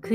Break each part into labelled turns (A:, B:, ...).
A: ク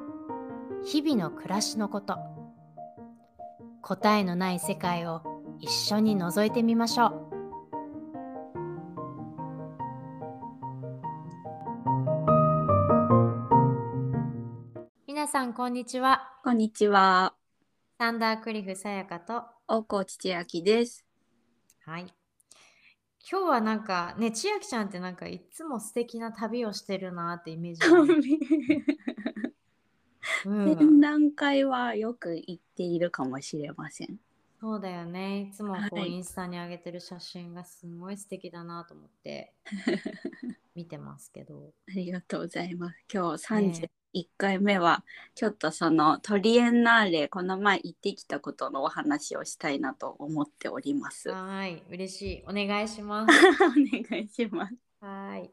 A: 日々の暮らしのこと答えのない世界を一緒に覗いてみましょう皆さんこんにちは
B: こんにちは。
A: サンダークリフさやかと
B: 大河内千秋です。
A: はい今日はなんかね千秋ちゃんってなんかいつも素敵な旅をしてるなってイメージがあ る、うん、
B: 展覧会はよく行っているかもしれません。
A: そうだよねいつもこう
B: はい
A: インスタに上げてる写真がすごい素敵だなと思って 見てますけど
B: ありがとうございます。今日
A: ね
B: 31回目は、ちょっとそのトリエンナーレ、この前行ってきたことのお話をしたいなと思っております。
A: は
B: お
A: ーい嬉しいお願いします
B: 願いします。
A: はーい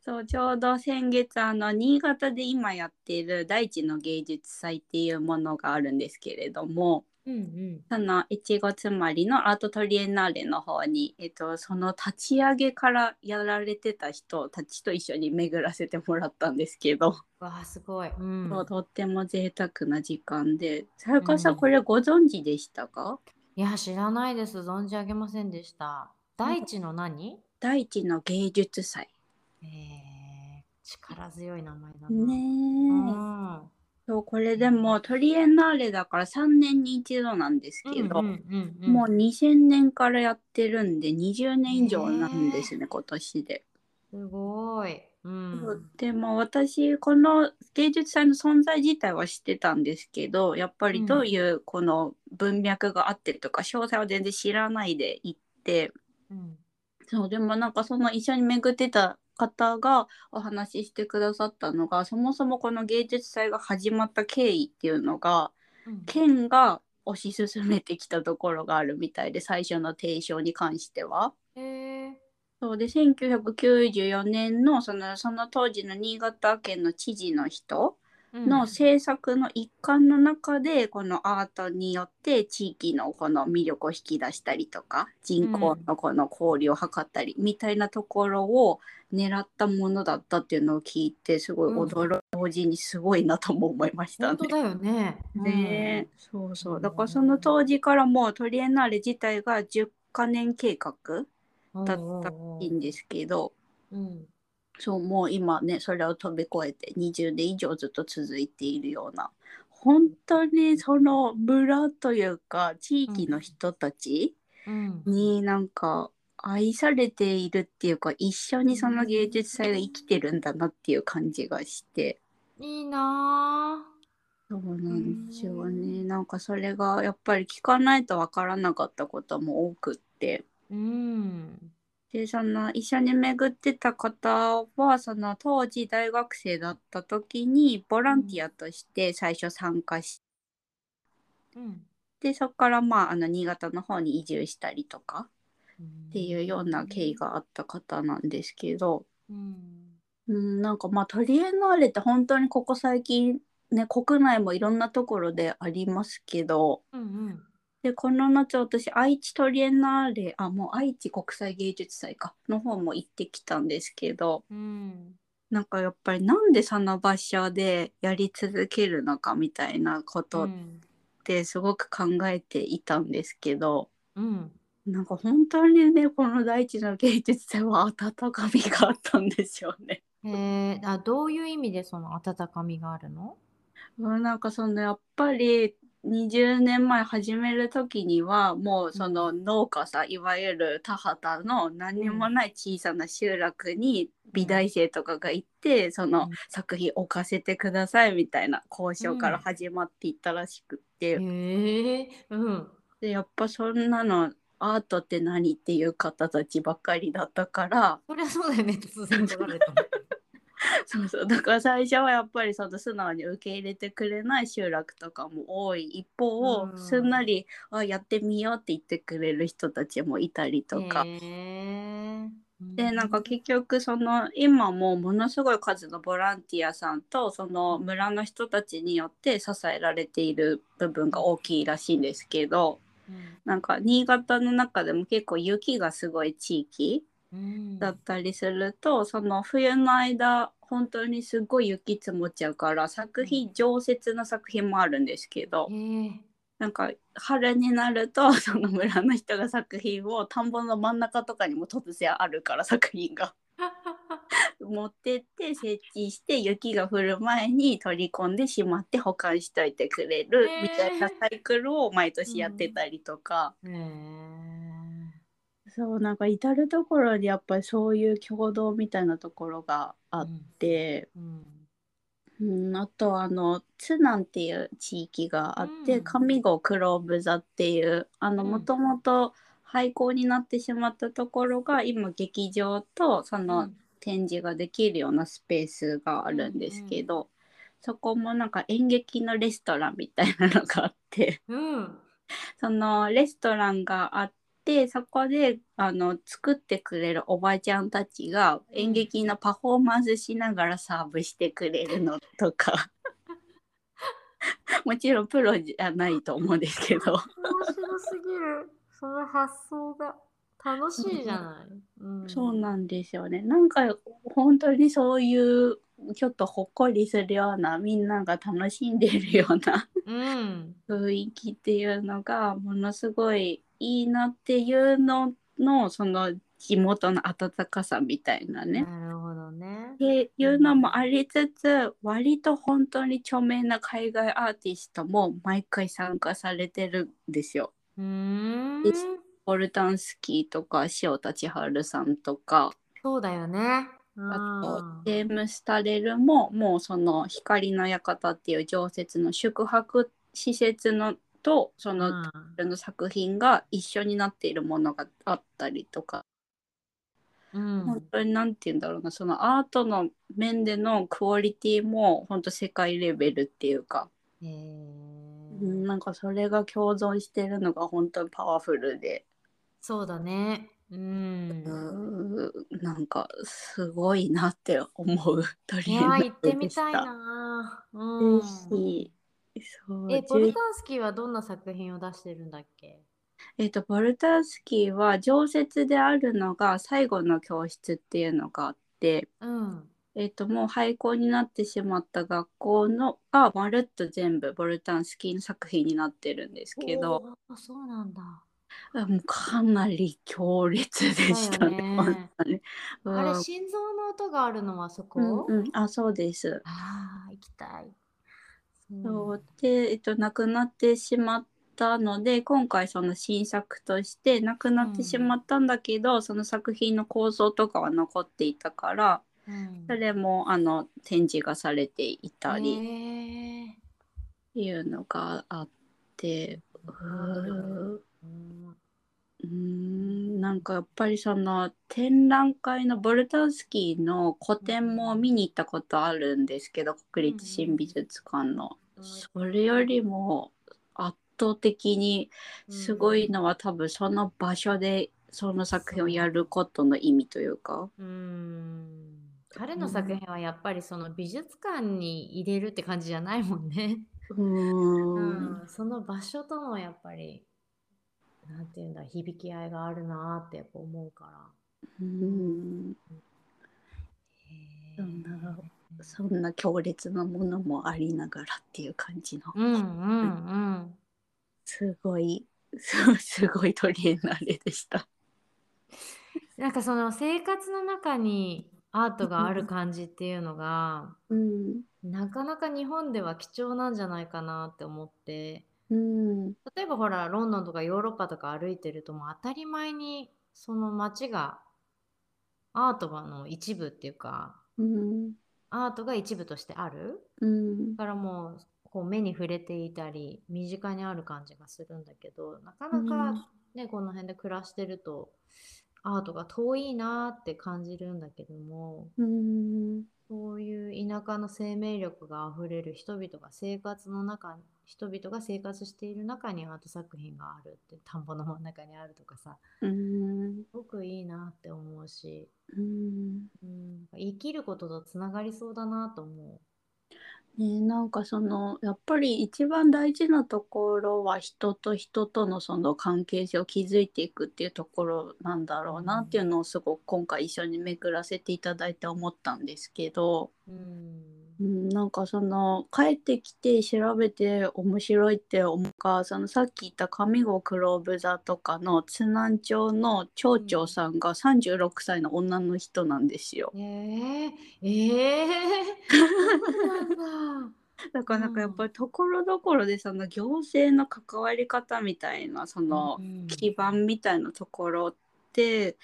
B: そうちょうど先月あの新潟で今やっている大地の芸術祭っていうものがあるんですけれども、
A: うんうん
B: そのいちごつまりのアートトリエンナーレの方に、えっと、その立ち上げからやられてた人たちと一緒に巡らせてもらったんですけど、
A: わあすごい、うん、
B: もうとっても贅沢な時間でさやかさ
A: うん
B: んこれご存知でしたか、
A: いや知らないです存じ上げませんでした大地の何
B: 大地の芸術祭
A: えー、力強い名前だな、
B: ねえ
A: うん
B: そうこれでもトリエンナーレだから3年に一度なんですけど、
A: うんうんうん
B: もう2000年からやってるんで20年以上なんですね、今年で。
A: すごい、うん、
B: そうでも私この芸術祭の存在自体は知ってたんですけどやっぱりどういうこの文脈があってるとか、詳細は全然知らないで行って
A: うん
B: そうでもなんかその一緒に巡ってた方がお話ししてくださったのがそもそもこの芸術祭が始まった経緯っていうのが
A: うん
B: 県が推し進めてきたところがあるみたいで最初の提唱に関しては。
A: えー、
B: そうで1994年のそのその当時の新潟県の知事の人
A: うん
B: の政策の一環の中で、このアートによって地域のこの魅力を引き出したりとか人口のこの交流を図ったりみたいなところを狙ったものだったっていうのを聞いてすごい驚い同時にすごいなとも思いました
A: 本
B: ね
A: 当。だよね。
B: ねえ、そうそうだからそ
A: うん
B: の当時からもうトリエンナーレ自体が10カ年計画
A: うん、
B: だったらいいんですけど、
A: うん
B: そうもう今ねそれを飛び越えて20年以上ずっと続いているような本当にその村というか地域の人たち
A: うんうん
B: になんか愛されているっていうか一緒にその芸術祭が生きてるんだなっていう感じがして
A: いいな
B: そうなんですよ
A: う
B: ねなんかそれがやっぱり聞かないとわからなかったことも多くって。
A: ぁ。うん。
B: でその一緒に巡ってた方はその当時大学生だった時にボランティアとして最初参加し
A: うん。
B: てそこからまああの新潟の方に移住したりとか
A: っ
B: っていうような経緯。があった方なんですけど、
A: うん。
B: うん、なんかまあトリエンナーレって本当にここ最近ね国内もいろんなところでありますけど
A: うんうん。
B: でこの夏私愛知トリエンナーレあもう愛知国際芸術祭かの方も行ってきたんですけど。
A: うん。
B: なんかやっぱりなんでその場所でやり続けるのかみたいなこと
A: う
B: っ
A: ん
B: てすごく考えていたんですけど、
A: うん。
B: なんか本当にねこの大地の芸術祭は温かみがあったんですよね。
A: えー、あどういう意味でその温かみがあるの
B: うんなんかそのやっぱり20年前始める時にはもうその農家さんいわゆる田畑の何にもない小さな集落に美大生とかが行ってその作品置かせてくださいみたいな交渉から始まっていったらしくって、
A: へえうん。
B: でやっぱそんなのアートって何っていう方たちばっかりだったから
A: そりゃそうだよね。突然来られたら。
B: そうそうだから最初はやっぱりその素直に受け入れてくれない集落とかも多い一方を、
A: うん
B: すんなりあやってみようって言ってくれる人たちもいたりとか、
A: へー
B: でなんか結局その今もものすごい数のボランティアさんとその村の人たちによって支えられている部分が大きいらしいんですけどなんか新潟の中でも結構雪がすごい地域
A: うん
B: だったりするとその冬の間本当にすごい雪積もっちゃうから作品常設の作品もあるんですけど
A: へー
B: なんか春になると その村の人が作品を田んぼの真ん中とかにも突然あるから作品 が持ってって設置して雪が降る前に取り込んでしまって保管しといてくれる
A: へー
B: みたいなサイクルを毎年やってたりとか。
A: へー
B: そうなんか至る所にやっぱりそういう共同みたいなところがあっ
A: うん
B: て、
A: うん
B: うん、あとあの津南っていう地域があって、
A: うん
B: 上郷クローブ座っていうあの
A: うん
B: もともと廃校になってしまったところが今劇場とその展示ができるようなスペースがあるんですけど、そこもなんか演劇のレストランみたいなのがあって。
A: うん
B: そのレストランがあってそこであの作ってくれるおばちゃんたちが演劇のパフォーマンスしながらサーブしてくれるのとか もちろんプロじゃないと思うんですけど
A: 面白すぎるその発想が楽しいじゃない、うん
B: そうなんですよねなんか本当にそういうちょっとほっこりするようなみんなが楽しんでるような
A: うん
B: 雰囲気っていうのがものすごいいいなっていうののその地元の温かさみたいなね。
A: なるほどね
B: っていうのもありつつ割と本当に著名な海外アーティストも毎回参加されてるんですよ。
A: うーん
B: ですボルタンスキーとか塩田千春さんとか
A: そうだよねうん
B: あとジェームス・タレルももうその光の館っていう常設の宿泊施設のとその
A: うん
B: の作品が一緒になっているものがあったりとか、
A: うん
B: 本当に何て言うんだろうなそのアートの面でのクオリティも本当世界レベルっていうか、
A: へ
B: う
A: ー
B: んなんかそれが共存してるのが本当にパワフルで、
A: そうだねうん
B: うーんなんかすごいなって思うト
A: い
B: リエ
A: や
B: ンナー
A: ー
B: レ
A: 行ってみたい
B: でし
A: なー
B: た。
A: うん
B: ぜひそう
A: えポル
B: 11
A: タンスキーはどんな作品を出してるんだっけ
B: えっと、ボルタースキーは常設であるのが最後の教室っていうのがあって、
A: うん
B: えっと、もう廃校になってしまった学校のがまるっと全部ボルタンスキーの作品になってるんですけど
A: おーそうなんだ
B: もうかなり強烈でしたね
A: だよね
B: 本当に。うん
A: あれ心臓の音があるのはそこ、
B: うんうん、あそうです。
A: ああ行きたい。
B: そうで、えっと、亡くなってしまったので今回その新作として亡くなってしまったんだけど、その作品の構想とかは残っていたから
A: うん
B: それもあの展示がされていたり。
A: へえ
B: っていうのがあってうー
A: うん
B: んなんかやっぱりその展覧会のボルタンスキーの個展も見に行ったことあるんですけど国立新美術館のそれよりも圧倒的にすごいのは多分その場所でその作品をやることの意味というか。
A: うん彼の作品はやっぱりその美術館に入れるって感じじゃないもんね。
B: うーん
A: うんその場所とのやっぱりなんていうんだ響き合いがあるなーってやっぱ思うから。
B: うん
A: へ
B: そん
A: ー
B: なそんな強烈なものもありながらっていう感じの。
A: うんうんうん。
B: すごい、 すすごいトリエンナーレでした。
A: なんかその生活の中にアートがある感じっていうのが、
B: うん。
A: なかなか日本では貴重なんじゃないかなって思って
B: うん。
A: 例えばほらロンドンとかヨーロッパとか歩いてるともう当たり前にその街がアートの一部っていうか
B: うん。
A: アートが一部としてある
B: うん
A: だ。からもうこう目に触れていたり身近にある感じがするんだけどなかなか、ねこの辺で暮らしてるとアートが遠いなーって感じるんだけども
B: うん。
A: そう田舎の生命力があふれる人々が生活の中人々が生活している中にアート作品があるって田んぼの真ん中にあるとかさ
B: うん
A: すごくいいなって思うし、
B: うん
A: うん、生きることとつながりそうだなと思
B: ね、なんかそのやっぱり一番大事なところは人と人とのその関係性を築いていくっていうところなんだろうなっていうのをすごく今回一緒に巡らせていただいて思ったんですけど、
A: う。うん
B: うん、なんかその帰ってきて調べて面白いって思うかそのさっき言った上郷黒部座とかの津南町の町長さんが36歳の女の人なんですよ。
A: えー、えー、そ うなんだ。
B: だからなんかやっぱりところどころでその行政の関わり方みたいなその
A: うん
B: 基盤みたいなところって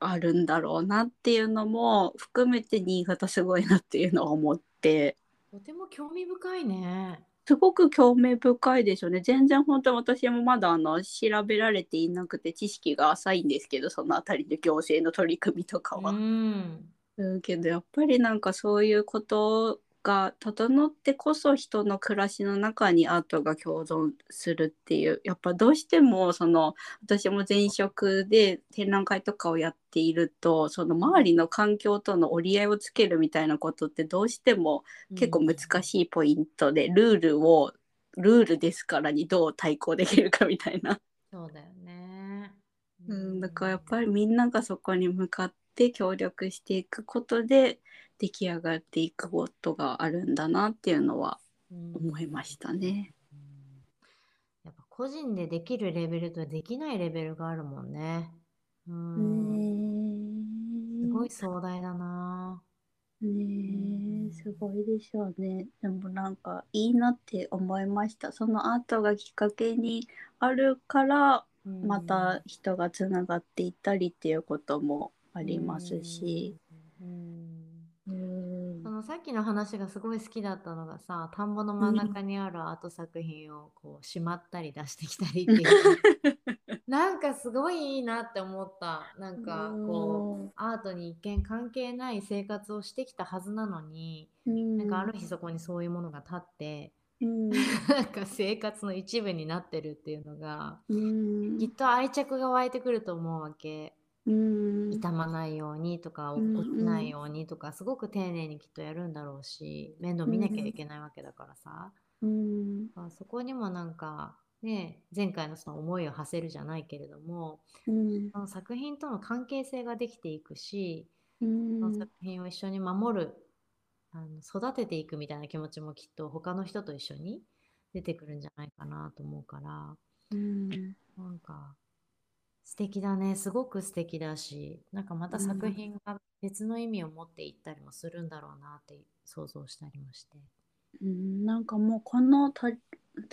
B: あるんだろうなっていうのも含めて新潟すごいなっていうのを思って
A: とても興味深いね。
B: すごく興味深いですよね全然本当に私もまだあの調べられていなくて知識が浅いんですけどそのあたりの行政の取り組みとかは
A: う。ん。
B: うんけどやっぱりなんかそういうことが整ってこそ人の暮らしの中にアートが共存するっていうやっぱどうしてもその私も前職で展覧会とかをやっているとその周りの環境との折り合いをつけるみたいなことってどうしても結構難
A: い。
B: しいポイントでルールをルールですからにどう対抗できるかみたいな。
A: そうだよね。
B: うん、だからやっぱりみんながそこに向かって協力していくことで出来上がっていくことがあるんだなっていうのは思いましたね。
A: うん。やっぱ個人でできるレベルとできないレベルがあるもんね。うん。すごい壮大だな。
B: ねえすごいでしょうねでもなんかいいなって思いましたそのアートがきっかけにあるから
A: うん
B: また人がつながっていったりっていうこともありますし。。
A: うん
B: うん
A: そのさっきの話がすごい好きだったのがさ田んぼの真ん中にあるアート作品をこうしまったり出してきたりって いうなんかすごいいいなって思ったなんかこうアートに一見関係ない生活をしてきたはずなのに
B: うん、
A: なんかある日そこにそういうものが立って
B: うん、
A: なんか生活の一部になってるっていうのが
B: うん
A: きっと愛着が湧いてくると思うわけ。
B: うん
A: 傷まないようにとか
B: うん
A: 落っこちないようにとかすごく丁寧にきっとやるんだろうし面倒見なきゃいけないわけだからさ、
B: うん
A: まあそこにもなんかね前回のその思いを馳せるじゃないけれども
B: うん
A: その作品との関係性ができていくし
B: うん
A: その作品を一緒に守るあの育てていくみたいな気持ちもきっと他の人と一緒に出てくるんじゃないかなと思うから
B: うん
A: なんか素敵だねすごく素敵だしなんかまた
B: う
A: 作
B: ん
A: 品が別の意味を持っていったりもするんだろうなって想像したりも して。
B: うんなんかもうこのた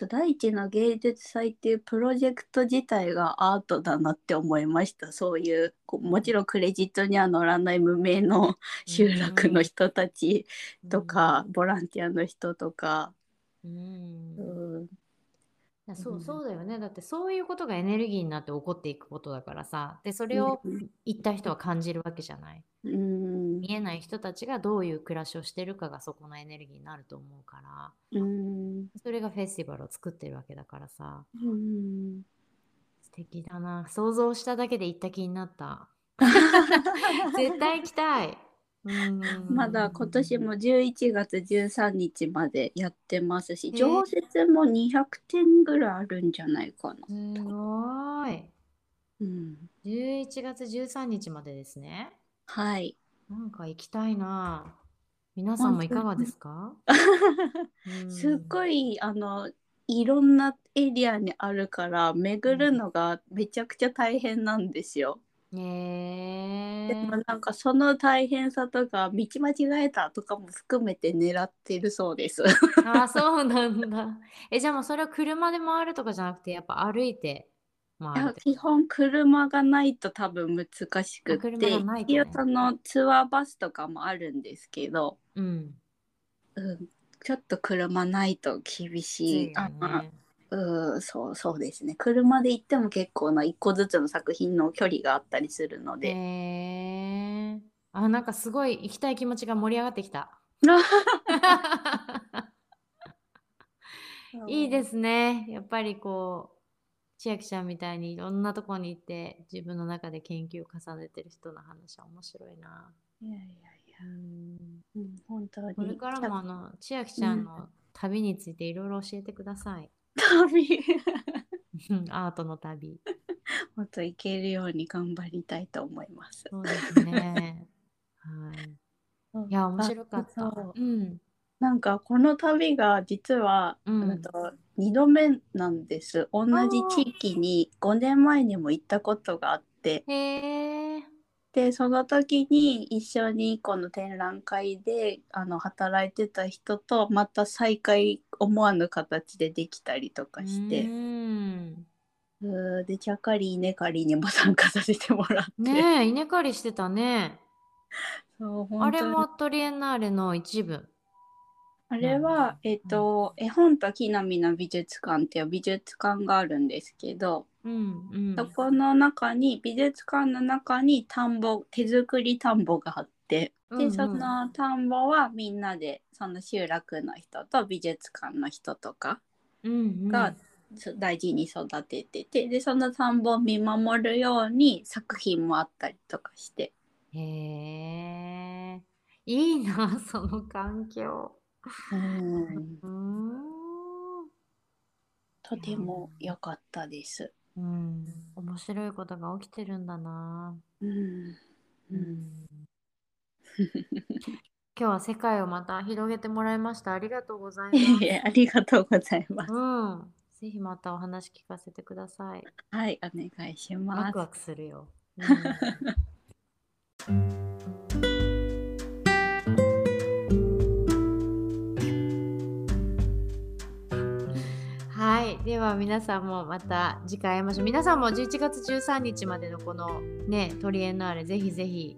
B: 第一の芸術祭っていうプロジェクト自体がアートだなって思いましたそういうこうもちろんクレジットには載らない無名の集落の人たちとか、ボランティアの人とか、
A: うん、
B: う
A: うん
B: ん
A: いやそううんそうだよねだってそういうことがエネルギーになって起こっていくことだからさでそれを
B: うん
A: 言った人は感じるわけじゃない
B: うん
A: 見えない人たちがどういう暮らしをしてるかがそこのエネルギーになると思うから
B: うん
A: それがフェスティバルを作ってるわけだからさ
B: うん
A: 素敵だな想像しただけで行った気にな った絶対行きたい。
B: まだ今年も11月13日までやってますし、
A: えー
B: 常設も200点ぐらいあるんじゃないかな。
A: うん。すごい。
B: うん、
A: 11月13日までですね。
B: はい。
A: なんか行きたいな。皆さんもいかがですか？うん
B: すっご。いあのいろんなエリアにあるから巡るのがめちゃくちゃ大変なんですよ。
A: ねえ
B: でもなんかその大変さとか道間違えたとかも含めて狙ってるそうです。
A: あ、そうなんだ。え、じゃあもうそれは車で回るとかじゃなくて、やっぱ歩いて
B: い
A: 回る
B: や
A: ってこと。
B: 基本車がないと多分難しく
A: あ
B: て、
A: 車がないとね
B: 一応そのツアーバスとかもあるんですけど、
A: うん。
B: うん、ちょっと車ないと厳
A: つ
B: しい。
A: いよ
B: ああ
A: ね。
B: うん、そうそうですね。車で行っても結構な一個ずつの作品の距離があったりするので、。
A: へえあ、なんかすごい行きたい気持ちが盛り上がってきた。いいですすね。やっぱりこう、千秋ちゃんみたいにいろんなとこに行って自分の中で研究を重ねてる人の話は面白いな。
B: いやいやいや、
A: うん
B: うん、本当に。
A: これからもあの千秋ちゃんの旅についていろいろ教えてください。
B: 旅、
A: アートの旅。
B: もっと行けるように頑張りたいと思います。
A: そうですね。はい。いや、面白かっ
B: あ
A: た。
B: そう
A: うん。
B: なんかこの旅が実は、
A: うん
B: うんと2度目なんです同じ地域に5年前にも行ったことがあって
A: へえ。
B: でその時に一緒にこの展覧会であの働いてた人とまた再会思わぬ形でできたりとかし
A: う
B: て
A: ん。
B: うんでチャカリイネカリにも参加させてもらって、
A: ね え、稲刈りしてたね。
B: そう
A: あ
B: 本当
A: れ
B: に
A: もアトリエンナーレの一部。
B: あれは、えっ、と、絵本と木の実の美術館っていう美術館があるんですけど、
A: うんうん。
B: そこの中に美術館の中に田んぼ手作り田んぼがあって
A: うんう
B: で
A: ん
B: その田んぼはみんなでその集落の人と美術館の人とか
A: うん
B: がそ大事に育てててでその田んぼを見守るように作品もあったりとかして
A: うん、へえ。いいな、その環境。
B: うん
A: うーん。
B: とても良かったです。
A: うん。面白いことが起きてるんだな。
B: うん う、
A: うんん今日は世界をまた広げてもらいました。ありがとうございま
B: い
A: す
B: えい。えありがとうございます。
A: うん。ぜひまたお話聞かせてください。
B: はい、お願いし
A: ワ
B: ま
A: ク
B: す。
A: ワクするよ。うんはい、では皆さんもまた次回会いましょう。皆さんも11月13日までのこのね、トリエンナーレぜひぜひ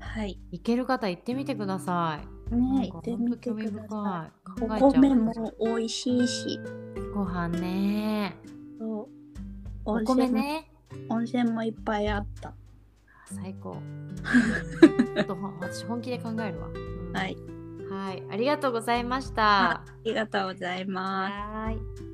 B: はい、
A: 行ける方行ってみてください。なん
B: ね、
A: か
B: 行って
A: ほん
B: み
A: と
B: て
A: 興味
B: く
A: 深
B: ださ
A: い。
B: い。お
A: 考えちゃう
B: 米も美味しいし、
A: ご飯ね。
B: そう
A: お
B: 温
A: 米
B: 泉も、
A: ね。
B: 温泉もいっぱいあった。
A: 最 高。ちょっとほん私本気で考えるわ。うん
B: はい、
A: はい、ありがとうございました。
B: ありがとうございます。
A: はーい。